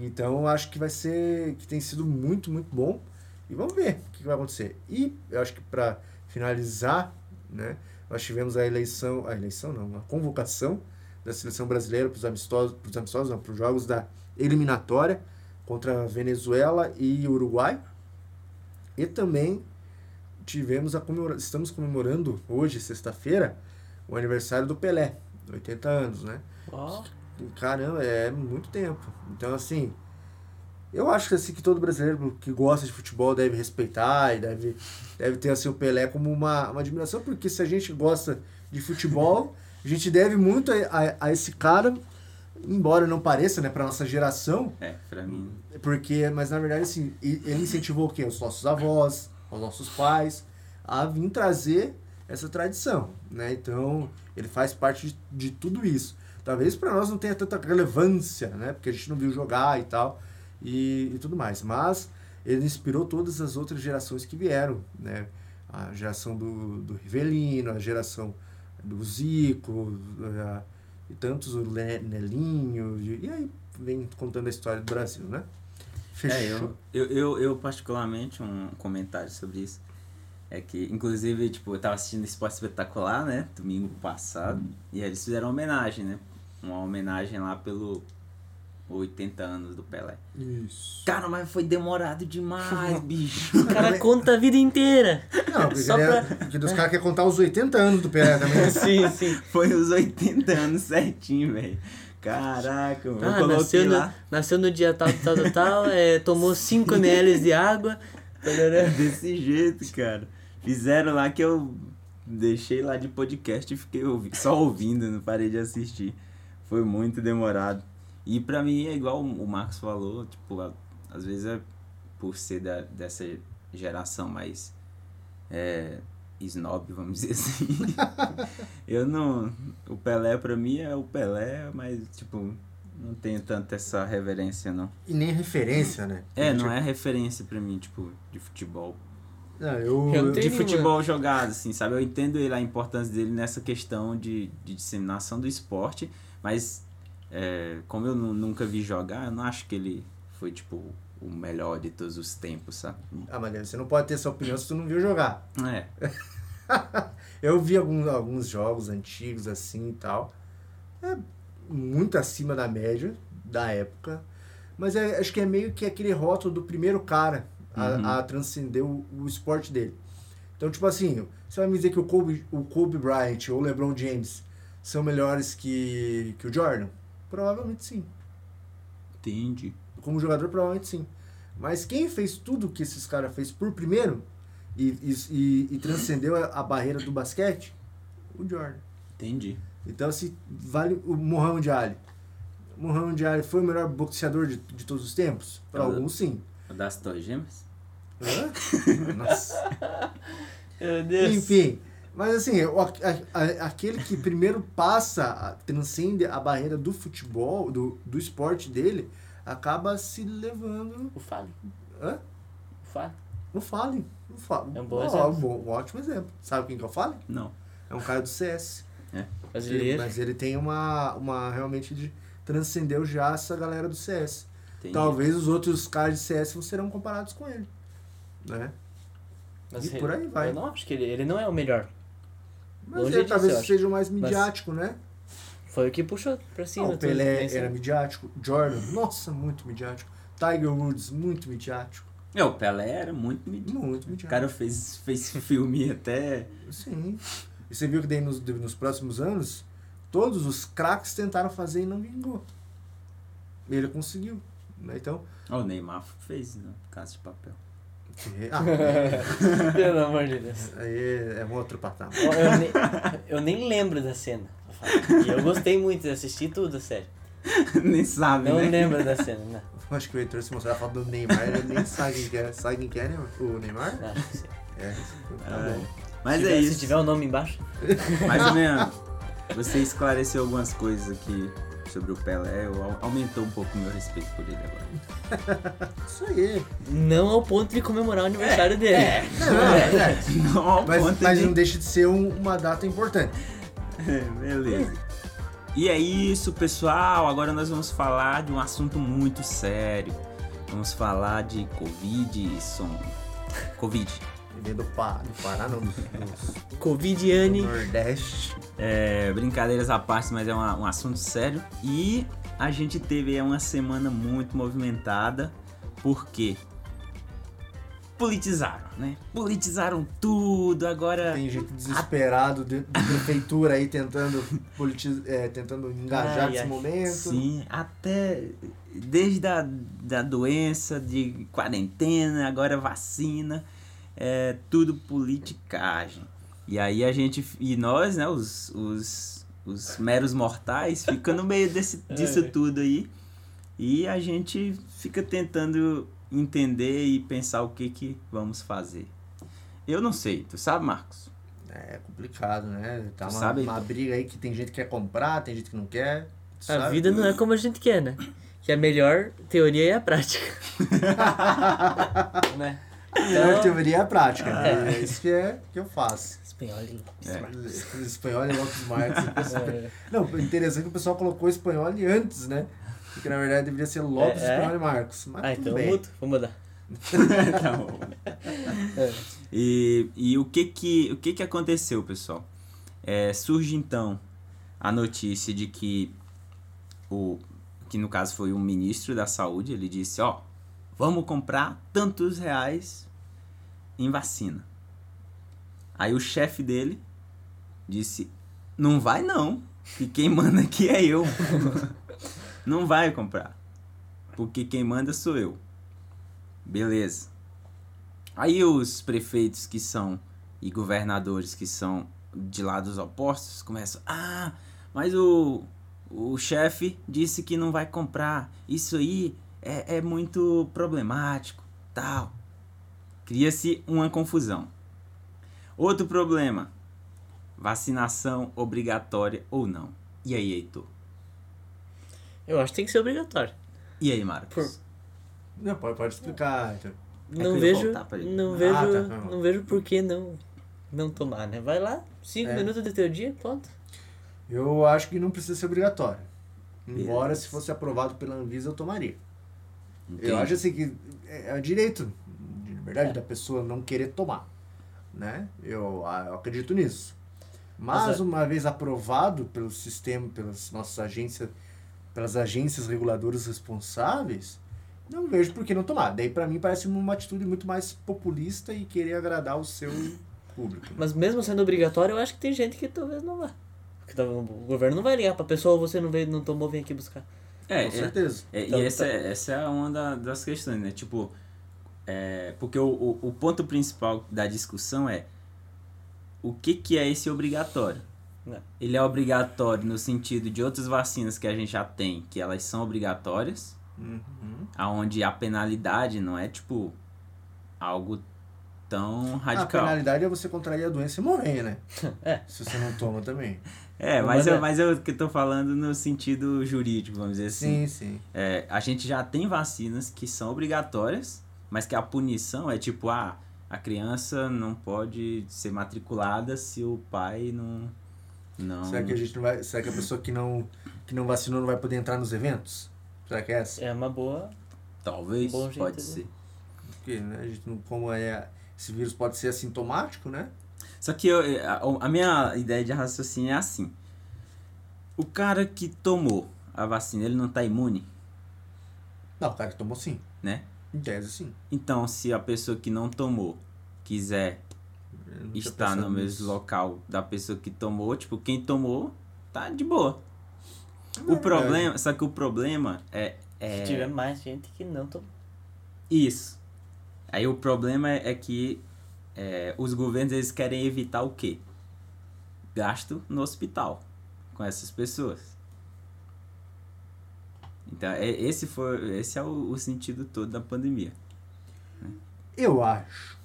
Speaker 1: Então, eu acho que vai ser... que tem sido muito, muito bom. E vamos ver o que que vai acontecer. E eu acho que para finalizar, né? Nós tivemos a eleição... A eleição não, a convocação da seleção brasileira para os amistosos, para os amistosos, não, para os jogos da eliminatória contra a Venezuela e Uruguai. E também tivemos a comemora estamos comemorando hoje, sexta-feira, o aniversário do Pelé, 80 anos, né?
Speaker 4: Ó,
Speaker 1: Caramba, é muito tempo. Então, assim, eu acho que, assim, que todo brasileiro que gosta de futebol deve respeitar e deve, deve ter assim, o Pelé como uma, uma admiração, porque se a gente gosta de futebol, a gente deve muito a, a, a esse cara, embora não pareça, né, para nossa geração,
Speaker 2: É, pra mim.
Speaker 1: porque, mas na verdade, assim, e- ele incentivou o quê? Os nossos avós, os nossos pais, a vir trazer essa tradição, né? Então, ele faz parte de, de tudo isso. Talvez para nós não tenha tanta relevância, né? Porque a gente não viu jogar e tal, e, e tudo mais. Mas ele inspirou todas as outras gerações que vieram, né? A geração do, do Rivelino, a geração do Zico, eh, a- e tantos, o Le- Nelinho, e, e aí vem contando a história do Brasil, né?
Speaker 2: É,
Speaker 1: Fechou.
Speaker 2: eu, eu, eu, eu, particularmente, um comentário sobre isso. É que, inclusive, tipo, eu tava assistindo Esporte Espetacular, né? Domingo passado. E aí eles fizeram uma homenagem, né? Uma homenagem lá pelo 80 anos do Pelé.
Speaker 1: Isso.
Speaker 2: Cara, mas foi demorado demais, bicho.
Speaker 3: O cara conta a vida inteira.
Speaker 1: Não, porque,
Speaker 3: Só
Speaker 1: ele é- porque os caras querem contar os 80 anos do Pelé também.
Speaker 3: Sim, sim.
Speaker 2: Foi os 80 anos certinho, velho. Caraca, mano.
Speaker 3: Ah,
Speaker 2: eu coloquei
Speaker 3: nasceu no,
Speaker 2: lá.
Speaker 3: nasceu no dia tal, tal, tal, tal é, tomou 5 ml de água. tarará.
Speaker 2: É Desse jeito, cara. Fizeram lá que eu deixei lá de podcast e fiquei ouvi- só ouvindo, não parei de assistir. Foi muito demorado. E pra mim é igual o Marcos falou, tipo, a- às vezes é por ser da, dessa geração mais é, snob, vamos dizer assim. eu não. O Pelé pra mim é o Pelé, mas tipo, não tenho tanto essa reverência não.
Speaker 1: E nem referência, né?
Speaker 2: É, não é referência pra mim, tipo, de futebol.
Speaker 1: Não, eu, eu-
Speaker 3: Eu tenho-
Speaker 2: de
Speaker 3: Tem uma-
Speaker 2: futebol jogado, assim, sabe? Eu entendo ele, a importância dele nessa questão de, de disseminação do esporte, mas é, como eu nu- nunca vi jogar, eu não acho que ele foi, tipo, o melhor de todos os tempos, sabe?
Speaker 1: Ah, Maria, você não pode ter essa opinião se tu não viu jogar.
Speaker 2: É,
Speaker 1: Eu vi alguns, alguns jogos antigos assim e tal. É muito acima da média da época. Mas é- acho que é meio que aquele rótulo do primeiro cara a,
Speaker 2: Uhum.
Speaker 1: a transcender o, o esporte dele. Então, tipo assim, você vai me dizer que o Kobe, o Kobe Bryant ou o LeBron James são melhores que, que o Jordan? Provavelmente sim.
Speaker 2: entendi.
Speaker 1: Como jogador, provavelmente sim. Mas quem fez tudo que esses caras fez por primeiro e, e, e- e transcendeu a, a barreira do basquete? O Jordan.
Speaker 2: Entendi.
Speaker 1: Então, se vale o Muhammad Ali. O Muhammad Ali foi o melhor boxeador de, de todos os tempos? Para
Speaker 2: Ah.
Speaker 1: alguns, sim.
Speaker 2: O das Torres Gêmeas?
Speaker 1: Hã? Nossa.
Speaker 4: Meu
Speaker 1: Enfim. Mas assim, o- a- a- aquele que primeiro passa, a- transcende a barreira do futebol, do, do esporte dele, acaba se levando.
Speaker 4: O Fale.
Speaker 1: Hã?
Speaker 4: O Fale.
Speaker 1: O Fallen. O Fallen.
Speaker 4: É um bom
Speaker 1: Ó,
Speaker 4: exemplo.
Speaker 1: um bom- um ótimo exemplo. Sabe quem que é o Fallen?
Speaker 2: Não.
Speaker 1: É um cara do CS. Ele-
Speaker 3: Brasileiro.
Speaker 1: mas ele tem uma, uma realmente de transcendeu já essa galera do CS.
Speaker 2: Entendi.
Speaker 1: Talvez os outros caras de CS não serão comparados com ele. Né?
Speaker 4: Mas
Speaker 1: E por aí vai.
Speaker 4: Eu não acho que ele, ele não é o melhor.
Speaker 1: Mas
Speaker 4: Longe
Speaker 1: ele
Speaker 4: disso,
Speaker 1: talvez
Speaker 4: eu acho.
Speaker 1: seja o mais
Speaker 4: Mas-
Speaker 1: midiático, né?
Speaker 3: Foi o que puxou pra cima.
Speaker 1: Não, Ah, o
Speaker 3: tudo,
Speaker 1: Pelé
Speaker 3: pensando.
Speaker 4: né?
Speaker 1: era midiático. Jordan, nossa, muito midiático. Tiger Woods, muito midiático.
Speaker 2: É, o Pelé era muito... medido.
Speaker 1: Muito
Speaker 2: O
Speaker 1: midiático.
Speaker 2: cara fez, fez filme até...
Speaker 1: Sim. E você viu que daí nos, nos próximos anos, todos os craques tentaram fazer e não vingou. Ele conseguiu. né? Então.
Speaker 2: Ó, o Neymar fez, né? Casa de Papel.
Speaker 1: Ah,
Speaker 4: Pelo amor de Deus.
Speaker 1: aí é, é um outro patamar.
Speaker 4: Eu, eu nem, eu nem lembro da cena. pra falar. E eu gostei muito de assistir tudo, sério.
Speaker 2: Nem sabe,
Speaker 1: Tá
Speaker 4: Não
Speaker 2: né?
Speaker 4: lembro da cena, não.
Speaker 1: Eu Acho que o Heitor se mostrar a foto do Neymar, ele nem sabe quem que é. Sabe quem que é né? o Neymar?
Speaker 4: não acho que sim.
Speaker 1: É. Tá
Speaker 2: Ai.
Speaker 1: bom.
Speaker 2: Mas
Speaker 4: se,
Speaker 2: é
Speaker 4: tiver-
Speaker 2: isso.
Speaker 4: se tiver o nome embaixo.
Speaker 2: Mais ou menos. Você esclareceu algumas coisas aqui sobre o Pelé. Eu au- aumentou um pouco o meu respeito por ele agora.
Speaker 1: Isso aí.
Speaker 3: Não ao ponto de comemorar o aniversário dele.
Speaker 1: Não, não, é.
Speaker 2: Não ao
Speaker 1: Mas,
Speaker 2: ponto
Speaker 1: mas
Speaker 2: de-
Speaker 1: não deixa de ser um- uma data importante.
Speaker 2: É, Beleza. E é isso, pessoal. Agora nós vamos falar de um assunto muito sério. Vamos falar de Covid e som. Covid.
Speaker 1: Ele Vem do Pará, do Pará não, do, do
Speaker 3: Covidiane.
Speaker 1: Nordeste.
Speaker 2: É, brincadeiras à parte, mas é uma- um assunto sério. E a gente teve aí uma semana muito movimentada, porque politizaram, né? Politizaram tudo, agora.
Speaker 1: Tem gente desesperado de, de prefeitura aí tentando, politiz, é, tentando
Speaker 4: Ai,
Speaker 1: engajar nesse
Speaker 4: ai.
Speaker 1: momento.
Speaker 2: Sim, até desde a da doença, de quarentena, agora vacina, é tudo politicagem. E aí a gente, e nós, né, os, os, os meros mortais, fica no meio desse, disso tudo aí. E a gente fica tentando entender e pensar o que que vamos fazer. Eu não sei, tu sabe, Marcos?
Speaker 1: É complicado, né? Tá
Speaker 2: Tu
Speaker 1: uma,
Speaker 2: sabe-
Speaker 1: uma briga aí que tem gente que quer comprar, tem gente que não quer.
Speaker 3: A
Speaker 1: tu sabe?
Speaker 3: vida não é como a gente quer, né? Que a melhor teoria é a prática.
Speaker 4: Né?
Speaker 1: A melhor
Speaker 4: Então,
Speaker 1: teoria é a prática. É isso que, é, que eu faço.
Speaker 3: Espanhol e Lopes.
Speaker 2: É.
Speaker 1: é Espanhol e Lopes Marques. Não, interessante que o pessoal colocou espanhol antes, né? Porque na verdade deveria ser Lopes
Speaker 4: É, é?
Speaker 1: Brown e Marcos. Mas
Speaker 4: Ah,
Speaker 1: tudo
Speaker 4: então eu
Speaker 1: bem.
Speaker 4: mudo. Vou mudar.
Speaker 2: Tá bom. E, e o, que que, o que que aconteceu, pessoal? É, surge então a notícia de que o que no caso foi o ministro da Saúde, ele disse, ó, vamos comprar tantos reais em vacina. Aí o chefe dele disse, não vai não, que quem manda aqui é eu. não vai comprar. Porque quem manda sou eu. Beleza. Aí os prefeitos que são e governadores que são de lados opostos começam, ah, mas o, o chefe disse que não vai comprar, isso aí é, é muito problemático, tal. Cria-se uma confusão. Outro problema, vacinação obrigatória ou não. E aí, Heitor?
Speaker 3: Eu acho que tem que ser obrigatório.
Speaker 2: E aí, Marcos? É
Speaker 3: Por-
Speaker 1: Não, pode, pode explicar. então.
Speaker 2: que eu
Speaker 3: Não
Speaker 2: ia
Speaker 3: vejo,
Speaker 2: voltar pra ele.
Speaker 3: não
Speaker 1: Ah,
Speaker 3: vejo,
Speaker 1: tá, tá bom.
Speaker 3: não vejo por que não não tomar, né? Vai lá, cinco
Speaker 1: É.
Speaker 3: minutos do teu dia, pronto.
Speaker 1: Eu acho que não precisa ser obrigatório. Embora,
Speaker 2: Beleza.
Speaker 1: se fosse aprovado pela Anvisa, eu tomaria.
Speaker 2: Entendi. É.
Speaker 1: Eu acho assim que é é direito, de verdade, da pessoa não querer tomar, né? Eu, a- eu acredito nisso. Mas
Speaker 4: Mas é-
Speaker 1: uma vez aprovado pelo sistema, pelas nossas agências, pelas agências reguladoras responsáveis, não vejo por que não tomar. Daí pra mim parece uma atitude muito mais populista e querer agradar o seu público.
Speaker 3: Mas mesmo sendo obrigatório, eu acho que tem gente que talvez não vá. Porque talvez o governo não vai ligar pra pessoa, "Ô, você não veio, não tomou, vem aqui buscar.
Speaker 2: É,
Speaker 1: Com
Speaker 2: é-
Speaker 1: certeza.
Speaker 2: É,
Speaker 3: Então,
Speaker 2: e essa, é- essa é uma da- das questões, né? Tipo, é, porque o, o, o ponto principal da discussão é o que, que é esse obrigatório?
Speaker 4: Né.
Speaker 2: Ele é obrigatório no sentido de outras vacinas que a gente já tem, que elas são obrigatórias,
Speaker 1: Uhum.
Speaker 2: aonde a penalidade não é, tipo, algo tão
Speaker 1: A
Speaker 2: radical.
Speaker 1: penalidade é você contrair a doença e morrer, né?
Speaker 4: É.
Speaker 1: Se você não toma também.
Speaker 2: É,
Speaker 4: Não,
Speaker 2: mas,
Speaker 4: mas
Speaker 2: eu,
Speaker 4: é-
Speaker 2: mas eu que tô falando no sentido jurídico, vamos dizer assim.
Speaker 1: Sim, sim.
Speaker 2: É, a gente já tem vacinas que são obrigatórias, mas que a punição é tipo, ah, a criança não pode ser matriculada se o pai não. não...
Speaker 1: Será que é a gente não vai. Será que a pessoa que não, que não vacinou não vai poder entrar nos eventos? Será que é essa?
Speaker 4: É uma boa.
Speaker 2: Talvez,
Speaker 4: Bom jeito,
Speaker 2: pode
Speaker 4: né?
Speaker 2: ser.
Speaker 1: Porque, né, a gente não, como é. Esse vírus pode ser assintomático, né?
Speaker 2: Só que eu, é, a, a minha ideia de raciocínio é assim: o cara que tomou a vacina, ele não tá imune?
Speaker 1: Não, o cara que tomou sim.
Speaker 2: Né?
Speaker 1: Em tese, sim.
Speaker 2: Então, se a pessoa que não tomou quiser
Speaker 1: Eu não tinha
Speaker 2: estar no
Speaker 1: pensado
Speaker 2: mesmo
Speaker 1: nisso.
Speaker 2: local da pessoa que tomou, tipo, quem tomou, tá de boa.
Speaker 1: Não é
Speaker 2: O
Speaker 1: verdade.
Speaker 2: problema, só que o problema é, é
Speaker 4: Se tiver mais gente que não toma.
Speaker 2: isso. Aí o problema é, é que é, os governos eles querem evitar o quê? Gasto no hospital com essas pessoas. Então é- esse foi esse é o, o sentido todo da pandemia.
Speaker 1: Eu acho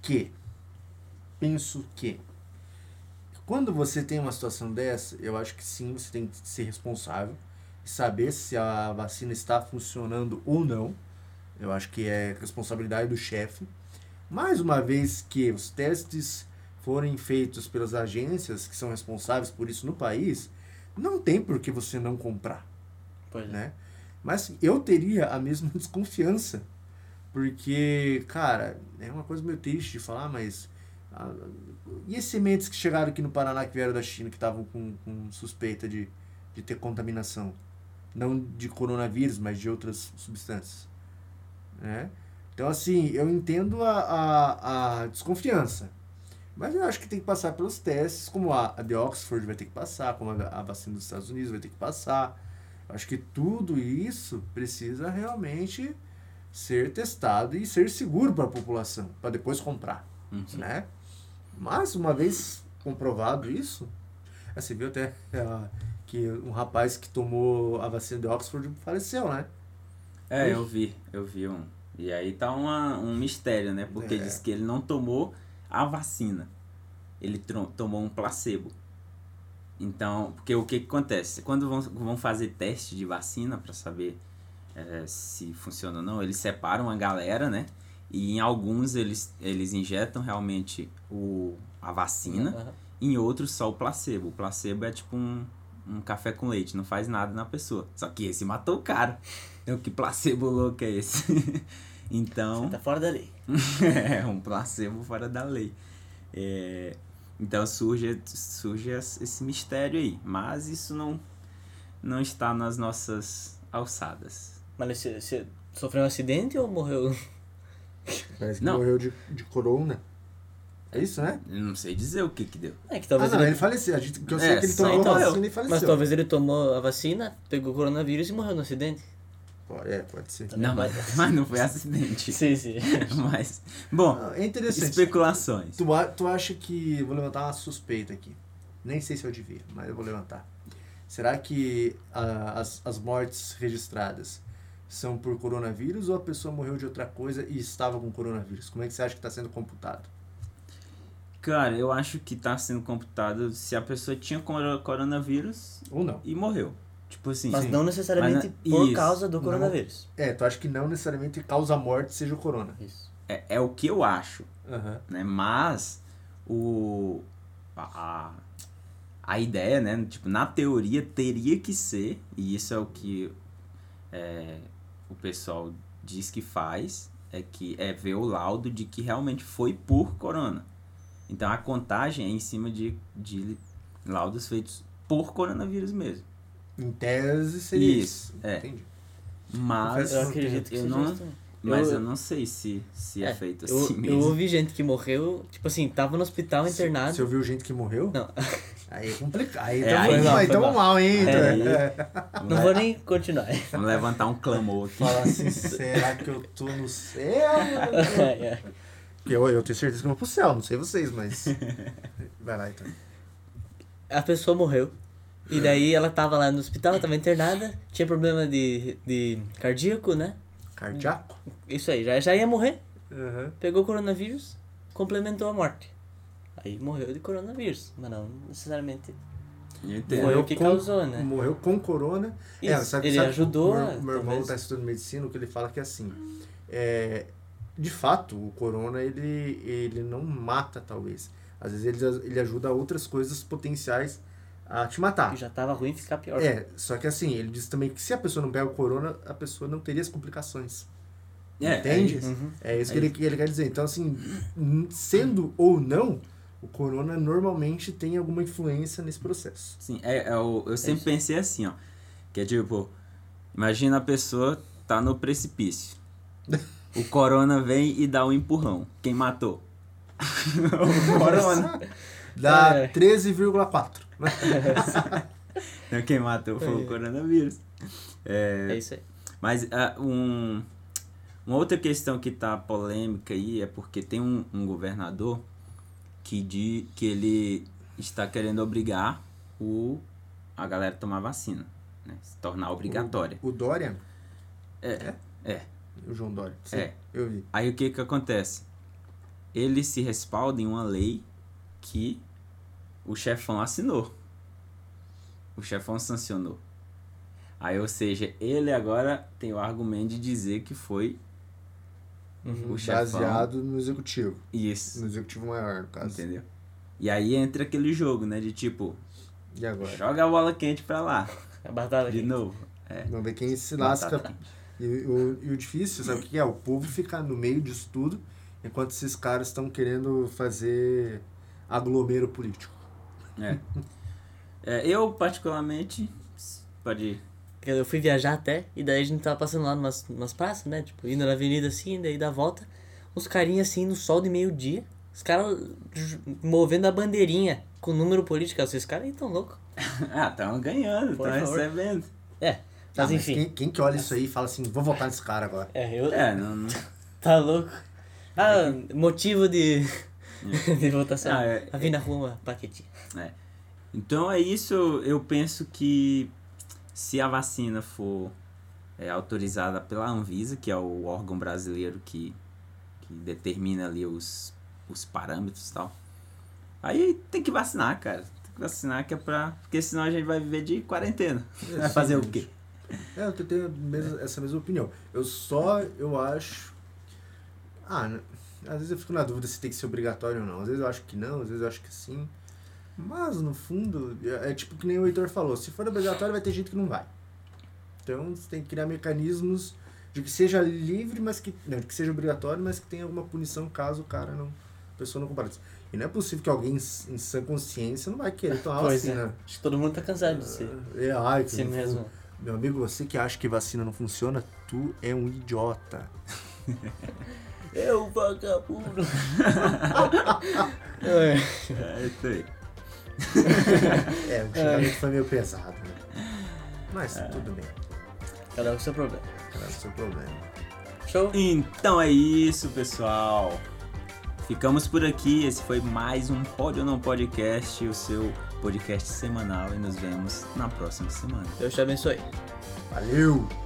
Speaker 1: que. Penso que. Quando você tem uma situação dessa, eu acho que sim, você tem que ser responsável e saber se a vacina está funcionando ou não. Eu acho que é responsabilidade do chefe. Mais uma vez que os testes forem feitos pelas agências que são responsáveis por isso no país, não tem por que você não comprar
Speaker 4: Pois é.
Speaker 1: né? Mas eu teria a mesma desconfiança. Porque, cara, é uma coisa meio triste de falar, mas. ah, e as sementes que chegaram aqui no Paraná, que vieram da China, que estavam com, com suspeita de, de ter contaminação? Não de coronavírus, mas de outras substâncias. Né? Então, assim, eu entendo a, a, a desconfiança. Mas eu acho que tem que passar pelos testes, como a, a de Oxford vai ter que passar, como a, a vacina dos Estados Unidos vai ter que passar. Acho que tudo isso precisa realmente ser testado e ser seguro para a população, para depois comprar,
Speaker 2: Uhum.
Speaker 1: né? Mas uma vez comprovado isso, ah, você viu até ah, que um rapaz que tomou a vacina de Oxford faleceu, né?
Speaker 2: É, eu vi, eu vi um. E aí tá uma, um mistério, né? Porque
Speaker 1: É.
Speaker 2: diz que ele não tomou a vacina. Ele tro- tomou um placebo. Então, porque o que, que acontece? Quando vão, vão fazer teste de vacina pra saber eh, se funciona ou não, eles separam a galera, né? E em alguns eles, eles injetam realmente o, a vacina,
Speaker 4: Aham.
Speaker 2: em outros só o placebo. O placebo é tipo um, um café com leite, não faz nada na pessoa. Só que esse matou o cara. Então, que placebo louco é esse? então.
Speaker 4: Você tá fora da lei.
Speaker 2: é um placebo fora da lei. É, então surge, surge as- esse mistério aí. Mas isso não, não está nas nossas alçadas.
Speaker 4: Mas você, você-
Speaker 3: Sofreu um acidente ou morreu?
Speaker 1: Parece que
Speaker 2: Não.
Speaker 1: morreu de, de corona. É isso, né?
Speaker 2: Eu não sei dizer o que que deu.
Speaker 3: É que
Speaker 1: Ah,
Speaker 3: talvez
Speaker 1: não,
Speaker 3: ele...
Speaker 1: ele faleceu. A gente, que eu
Speaker 2: É,
Speaker 1: sei que ele
Speaker 2: só
Speaker 1: tomou
Speaker 3: então
Speaker 1: a
Speaker 3: eu.
Speaker 1: vacina e faleceu.
Speaker 3: Mas talvez ele tomou a vacina, pegou coronavírus e morreu no acidente.
Speaker 1: Pô, É, pode ser.
Speaker 2: Não, mas, mas não foi acidente.
Speaker 4: Sim, sim.
Speaker 2: Mas, bom,
Speaker 1: Ah, É interessante.
Speaker 2: especulações.
Speaker 1: Tu, a- tu acha que. Vou levantar uma suspeita aqui. Nem sei se eu devia, mas eu vou levantar. Será que ah, as, as mortes registradas são por coronavírus ou a pessoa morreu de outra coisa e estava com coronavírus? Como é que você acha que está sendo computado?
Speaker 2: Cara, eu acho que tá sendo computado se a pessoa tinha coro- coronavírus
Speaker 1: Ou não?
Speaker 2: e morreu. Tipo assim.
Speaker 3: Mas
Speaker 1: Sim.
Speaker 3: não necessariamente
Speaker 2: Mas,
Speaker 3: por
Speaker 2: isso.
Speaker 3: causa do
Speaker 1: ah, Não.
Speaker 3: coronavírus.
Speaker 1: É, tu acha que não necessariamente causa morte seja o corona.
Speaker 3: Isso.
Speaker 2: É, é o que eu acho,
Speaker 1: Aham.
Speaker 2: né? Mas o a, a- a ideia, né? Tipo, na teoria teria que ser, e isso é o que é, o pessoal diz que faz, é que é ver o laudo de que realmente foi por corona. Então a contagem é em cima de, de laudos feitos por coronavírus mesmo.
Speaker 1: Em tese seria
Speaker 2: Isso,
Speaker 1: isso.
Speaker 2: é.
Speaker 1: Entendi.
Speaker 2: Mas
Speaker 1: Confesso
Speaker 4: Eu
Speaker 1: Isso,
Speaker 4: acredito que
Speaker 2: eu
Speaker 4: seja
Speaker 2: não-
Speaker 4: isso também.
Speaker 2: Mas eu,
Speaker 4: Eu-
Speaker 2: não sei se, se é,
Speaker 3: É,
Speaker 2: feito
Speaker 3: Eu,
Speaker 2: assim
Speaker 3: eu
Speaker 2: mesmo.
Speaker 3: ouvi gente que morreu, tipo assim, tava no hospital internado.
Speaker 1: Você ouviu gente que morreu?
Speaker 3: Não.
Speaker 1: Aí é complicado. Aí
Speaker 2: É,
Speaker 1: tamo,
Speaker 2: aí
Speaker 1: aí,
Speaker 3: não, foi
Speaker 1: tamo
Speaker 3: mal.
Speaker 1: mal, hein?
Speaker 2: É,
Speaker 1: Heitor?
Speaker 2: aí-
Speaker 1: É.
Speaker 3: né? Não vou nem continuar.
Speaker 2: Vamos levantar um clamor aqui.
Speaker 1: Falar assim, será que eu tô no céu?
Speaker 3: É.
Speaker 1: Eu, eu tenho certeza que eu vou pro céu, não sei vocês, mas. Vai lá então.
Speaker 3: A pessoa morreu. E daí ela tava lá no hospital, tava internada, tinha problema de, de cardíaco, né?
Speaker 1: Cardíaco?
Speaker 3: Isso aí, já, já ia morrer,
Speaker 1: Aham.
Speaker 3: pegou coronavírus, complementou a morte. Aí morreu de coronavírus, mas não necessariamente
Speaker 2: Eu entendo.
Speaker 3: foi
Speaker 1: Morreu
Speaker 3: o que
Speaker 1: com-
Speaker 3: causou, né?
Speaker 1: Morreu com corona. É,
Speaker 3: Isso, ele
Speaker 1: que
Speaker 3: ajudou, né,
Speaker 1: Meu, meu irmão
Speaker 3: talvez.
Speaker 1: tá estudando medicina, o que ele fala que é assim. É, de fato, o corona ele, ele não mata, talvez. Às vezes ele, ele ajuda outras coisas potenciais a te matar.
Speaker 3: Já tava ruim ficar pior.
Speaker 1: É, só que assim, ele diz também que se a pessoa não pega o corona, a pessoa não teria as complicações.
Speaker 2: É,
Speaker 1: Entende?
Speaker 2: aí-
Speaker 1: É isso que
Speaker 2: Aí-
Speaker 1: ele, que ele quer dizer. Então, assim, n- sendo ou não, o corona normalmente tem alguma influência nesse processo.
Speaker 2: sim, é, é o- eu sempre pensei assim, ó. Que é tipo, imagina a pessoa tá no precipício. O corona vem e dá um empurrão. Quem matou? o corona.
Speaker 1: Dá
Speaker 3: É.
Speaker 1: 13,4.
Speaker 2: Então, Quem matou foi o coronavírus.
Speaker 3: É isso aí.
Speaker 2: Mas ah, um, uma outra questão que tá polêmica aí é porque tem um, um governador que, di, que ele está querendo obrigar o, a galera a tomar vacina, né? Se tornar obrigatória.
Speaker 1: O, o Dória?
Speaker 2: É, é.
Speaker 1: O João Dória. Sim,
Speaker 2: É.
Speaker 1: Eu vi.
Speaker 2: Aí o que que acontece? Ele se respalda em uma lei que o chefão assinou. O chefão sancionou. Aí, ou seja, ele agora tem o argumento de dizer que foi
Speaker 3: Uhum.
Speaker 2: o Uhum. chefão.
Speaker 1: Baseado no executivo.
Speaker 2: Isso.
Speaker 1: No executivo maior, no caso.
Speaker 2: Entendeu? E aí entra aquele jogo, né? De tipo,
Speaker 1: E agora?
Speaker 2: joga a bola quente pra lá,
Speaker 3: A batata
Speaker 2: de
Speaker 3: É aqui.
Speaker 2: novo.
Speaker 1: Vamos ver quem se
Speaker 2: Lá
Speaker 1: lasca.
Speaker 2: pra trás.
Speaker 1: E, o, e o difícil, sabe o que é? O povo ficar no meio disso tudo, enquanto esses caras estão querendo fazer aglomero político.
Speaker 2: É, eu, particularmente, pode.
Speaker 3: Eu fui viajar até, e daí a gente tava passando lá numas, numas praças, né? Tipo, indo na avenida assim, daí dá a volta. Uns carinhas assim, no sol de meio-dia. Os caras j- movendo a bandeirinha com número político. Esses caras aí tão loucos.
Speaker 2: Ah, tão ganhando,
Speaker 3: Por
Speaker 2: estão
Speaker 3: favor.
Speaker 2: recebendo.
Speaker 3: É,
Speaker 2: Tá,
Speaker 1: Ah,
Speaker 3: mas enfim.
Speaker 1: quem, quem que olha isso aí e fala assim, vou votar nesse cara agora?
Speaker 4: É, eu...
Speaker 2: É, não. não-
Speaker 4: Tá louco?
Speaker 3: Ah, motivo de, de votação.
Speaker 2: Ah, é-
Speaker 3: a vir na rua, uma plaquetinha.
Speaker 2: Então é isso, eu penso que se a vacina for é, autorizada pela Anvisa, que é o órgão brasileiro que, que determina ali os, os parâmetros e tal, aí tem que vacinar, cara. Tem que vacinar que é pra. Porque senão a gente vai viver de quarentena. Vai fazer o quê?
Speaker 1: É, eu tenho a mesma- essa mesma opinião. Eu só, eu acho. Ah, n- às vezes eu fico na dúvida se tem que ser obrigatório ou não. Às vezes eu acho que não, às vezes eu acho que sim. Mas, no fundo, é, é tipo que nem o Heitor falou: se for obrigatório, vai ter gente que não vai. Então, você tem que criar mecanismos de que seja livre, mas que. Não, de que seja obrigatório, mas que tenha alguma punição caso o cara não. A pessoa não compareça. E não é possível que alguém em s- em sã consciência não vai querer tomar
Speaker 4: Pois é.
Speaker 1: vacina.
Speaker 4: Acho que todo mundo tá cansado de ser.
Speaker 1: É, ai, que
Speaker 4: Si
Speaker 1: não-
Speaker 4: mesmo.
Speaker 1: Meu amigo, você que acha que vacina não funciona, tu é um idiota.
Speaker 4: Eu, vagabundo.
Speaker 2: É isso aí.
Speaker 1: É, o xingamento foi meio pesado, né? Mas tudo bem,
Speaker 4: Cada um com seu problema.
Speaker 1: cara, é o seu problema.
Speaker 4: Show?
Speaker 2: Então é isso, pessoal. Ficamos por aqui. Esse foi mais um Pode ou Não Podcast, o seu podcast semanal. E nos vemos na próxima semana.
Speaker 3: Deus te abençoe.
Speaker 1: Valeu!